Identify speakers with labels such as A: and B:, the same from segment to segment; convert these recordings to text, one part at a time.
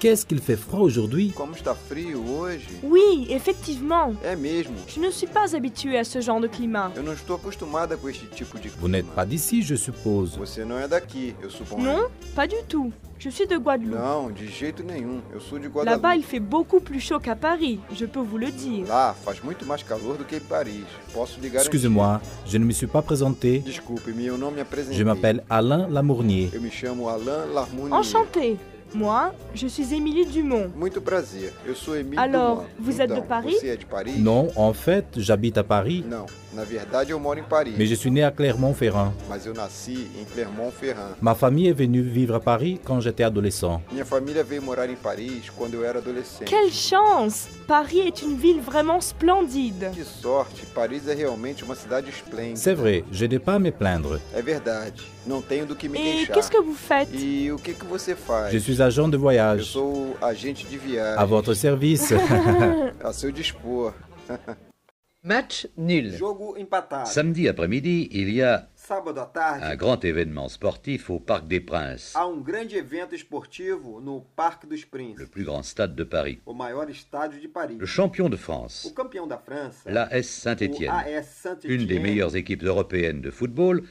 A: Qu'est-ce qu'il fait froid aujourd'hui
B: Como está frio hoje?
C: Oui, effectivement.
B: É mesmo.
C: Je ne suis pas habituée à ce genre de climat.
B: Eu não estou acostumada com este tipo de
A: Vous n'êtes
B: clima.
A: pas d'ici, je suppose.
B: Você não é daqui, eu suponho.
C: Non, pas du tout. Je suis de Guadeloupe.
B: Não, de jeito nenhum. Eu sou de
C: Là-bas,
B: Guadalupe.
C: il fait beaucoup plus chaud qu'à Paris, je peux vous le dire.
B: Lá faz muito mais calor do que em Paris. Posso ligar
A: Excusez-moi, je ne me suis pas présenté.
B: Desculpe-me, eu não me apresentei.
A: Je m'appelle Alain Lamournier.
B: Eu me chamo Alain Larmouni.
C: Enchantée. Moi, je suis Émilie Dumont.
B: Muito prazer. Eu sou Emílio
C: Alors,
B: Dumont.
C: vous êtes
B: então,
C: de Paris?
B: Você é de Paris?
A: Non, en fait, j'habite à Paris,
B: Não, na verdade eu moro em Paris,
A: mais je suis né à Clermont-Ferrand.
B: mas eu nasci em Clermont-Ferrand.
A: Ma famille est venue vivre à Paris quand j'étais adolescent.
B: Minha família veio morar em Paris quando eu era adolescente.
C: Quelle chance Paris est une ville vraiment splendide.
B: Que sorte! Paris é realmente uma cidade esplêndida.
A: C'est vrai, je n'ai pas à me plaindre.
B: É verdade. Não tenho do que me
C: Et
B: queixar.
C: qu'est-ce que vous faites
B: E o que, que você
A: Je
B: faz?
A: suis agent de
B: Eu
A: voyage.
B: sou agente de
A: À
B: viagem,
A: votre service.
B: a seu dispor.
D: Match nul.
E: Jogo empatado.
D: Samedi après-midi, il y a
E: Sábado à tarde,
D: un grand événement sportif au Parc des Princes,
E: há um grande evento esportivo no Parque dos
D: le
E: Príncipes,
D: plus grand stade de Paris.
E: o maior estádio de
D: Le
E: Paris.
D: champion de
E: O
D: France,
E: campeão da França,
D: l'AS
E: o
D: Saint-Étienne,
E: AS
D: une des
E: Saint-Étienne,
D: meilleures équipes européennes de football,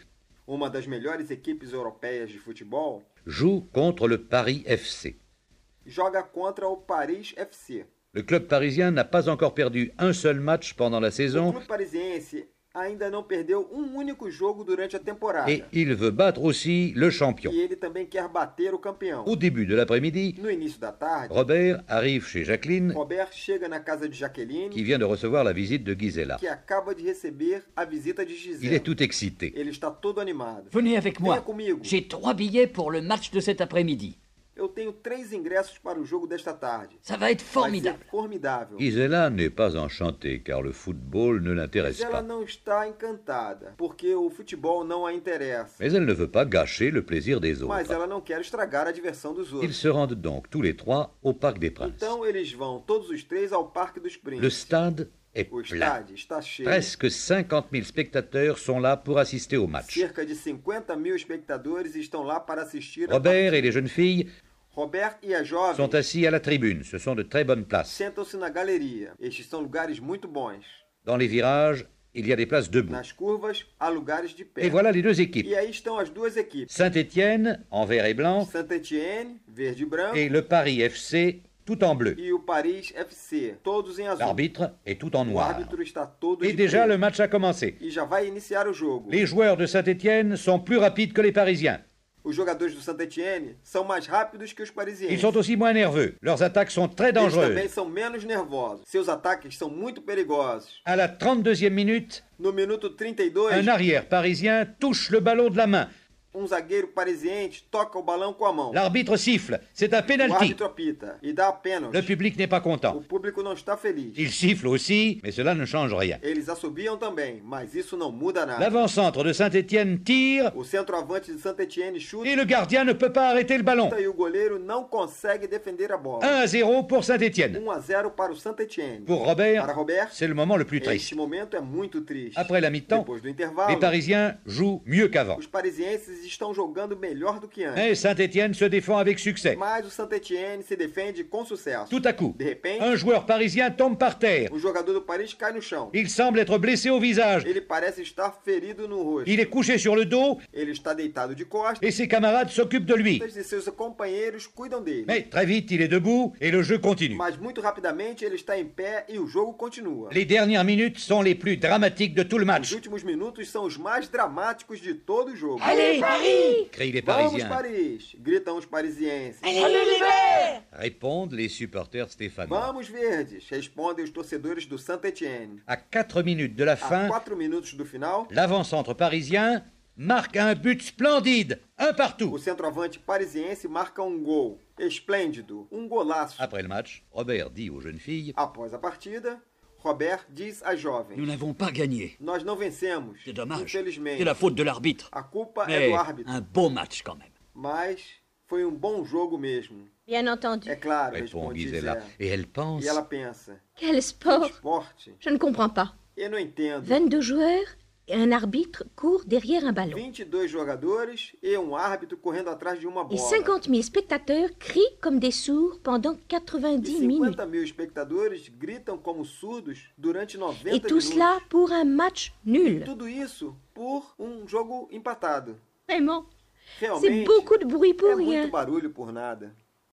E: uma das melhores equipes europeias de futebol,
D: joue contre le Paris FC.
E: joga contra o Paris FC.
D: Le club parisien n'a pas encore perdu un seul match pendant la
E: O
D: saison
E: clube parisiense ainda não perdeu um único jogo durante a temporada.
D: et il veut battre aussi le champion.
E: E ele também quer bater o campeão.
D: Au début de l'après-midi,
E: No início da tarde,
D: Robert arrive chez Jacqueline,
E: Robert chega na casa de Jaqueline,
D: qui vient de recevoir la visite de Gisela.
E: que acaba de receber a visita de
D: Il est
E: Gisele.
D: tout excité.
E: Ele está todo animado.
F: Venez avec
E: Venha
F: moi.
E: comigo.
F: J'ai trois billets pour le match de cet après-midi.
E: Eu tenho três ingressos para o jogo desta tarde.
F: Ça va être formidable.
E: Vai ser formidável.
D: Gisela n'est pas enchantée car le football ne l'intéresse
E: Ela
D: pas.
E: não está encantada, porque o futebol não a interessa.
D: Mais elle ne veut pas gâcher le plaisir des
E: Mas
D: autres.
E: ela não quer estragar a diversão dos
D: Ils
E: outros.
D: se rendent donc tous les trois au Parc des Princes.
E: Então eles vão, todos os três, ao Parque dos
D: Le
E: Príncipes.
D: stade est
E: O
D: plein.
E: estádio está cheio.
D: Presque 50 000 spectateurs sont là pour assister au match.
E: Cerca de 50 mil espectadores estão lá para assistir
D: Robert et les jeunes filles
E: a... Robert e a jovem
D: sont assis à la tribune. Ce sont de très bonnes places.
E: sentam-se na galeria. Estes são lugares muito bons.
D: Dans les virages, il y a des places debout.
E: Nas curvas, há lugares de pé.
D: Et voilà les deux équipes.
E: E aí estão as duas equipes.
D: Saint-Étienne en vert et blanc
E: Saint-Etienne, verde e branco.
D: et le Paris FC tout en bleu.
E: e o Paris FC, todos em azul.
D: L'arbitre est tout en
E: O
D: noir.
E: árbitro está todo
D: Et
E: de
D: déjà
E: preto.
D: le match a commencé.
E: E já vai iniciar o jogo.
D: Les joueurs de Saint-Étienne sont plus rapides que les Parisiens.
E: Os jogadores do Saint-Etienne são mais rápidos que os
D: Ils
E: parisienses.
D: sont aussi moins nerveux. Leurs attaques sont très
E: Eles também
D: dangereuses.
E: são menos nervosos. Seus ataques são muito perigosos.
D: À la 32e minute,
E: No minuto 32,
D: un arrière parisien touche le ballon de la main.
E: um zagueiro parisiense toca o balão com a mão.
D: L'arbitre siffle. C'est un
E: O
D: pénalty.
E: árbitro apita e dá a pênalti.
D: Le public n'est pas
E: O
D: content.
E: público não está feliz.
D: Il siffle aussi, mais cela ne change rien.
E: Eles assobiam também, mas isso não muda nada.
D: L'avant-centre de Saint-Étienne tire
E: O centroavante de Saint-Etienne chuta
D: et le gardien ne peut pas arrêter le ballon.
E: e o goleiro não consegue defender a bola.
D: 1 à 0 pour Saint-Étienne.
E: 1 a 0 para o Saint-Etienne.
D: Pour Robert,
E: Para Robert,
D: c'est le moment le plus triste.
E: este momento é muito triste.
D: Après la mi-temps,
E: Depois do intervalo,
D: Les Parisiens jouent mieux qu'avant.
E: os parisienses estão jogando melhor do que antes.
D: Mais Saint-Étienne se défend avec succès.
E: Mas o Saint-Etienne se defende com sucesso.
D: Tout à coup,
E: De repente,
D: un joueur parisien tombe par terre.
E: o jogador do Paris cai no chão.
D: Il semble être blessé au visage.
E: Ele parece estar ferido no rosto.
D: Il est couché sur le dos
E: Ele está deitado de costas
D: et ses camarades s'occupent de lui.
E: e seus companheiros cuidam dele.
D: Mais très vite, il est debout et le jeu continue.
E: Mas muito rapidamente ele está em pé e o jogo continua.
D: Les dernières minutes sont les plus dramatiques de tout le
E: Os
D: match,
E: últimos minutos são os mais dramáticos de todo o jogo.
F: Allez, Paris
D: crient les
E: Vamos,
D: Parisiens.
E: Paris! Gritam os parisienses.
D: Répondent les supporters stéphanois.
E: Vamos, verdes! Respondem os torcedores do Saint-Etienne.
D: À 4 minutes de la
E: A
D: fin,
E: quatro minutos do final,
D: l'avant-centre parisien marque un but splendide, un
E: o
D: partout.
E: centroavante parisiense marca um gol. Esplêndido. Um golaço.
D: Après le match, Robert dit aux jeunes filles
E: Após a partida, Robert diz à
F: Nous
E: jovem:
F: n'avons pas gagné.
E: Nós não vencemos.
F: C'est dommage.
E: Infelizmente.
F: C'est la faute de l'arbitre.
E: A culpa é
F: Mais
E: do árbitro.
F: un beau match quand même.
E: Mas foi um bom jogo mesmo.
G: Bien entendu.
E: É claro,
D: répond
E: responde
D: Gisela.
E: Gisela.
D: Et elle pense.
E: E ela pensa:
G: Quel sport
E: Esporte?
G: Je ne comprends pas.
E: Eu não entendo.
G: 22 joueurs Un arbitre court derrière un ballon.
E: 22 jogadores e um árbitro correndo atrás de uma bola.
G: Et 50 000 spectateurs crient comme des sourds pendant
E: E
G: 90 minutes.
E: 50 mil espectadores gritam como surdos durante 90
G: Et tout
E: minutos.
G: cela pour un match
E: E
G: nul.
E: tudo isso por um jogo empatado.
G: Vraiment, c'est
E: Realmente,
G: beaucoup de bruit
E: é
G: pour rien.
E: muito barulho por nada.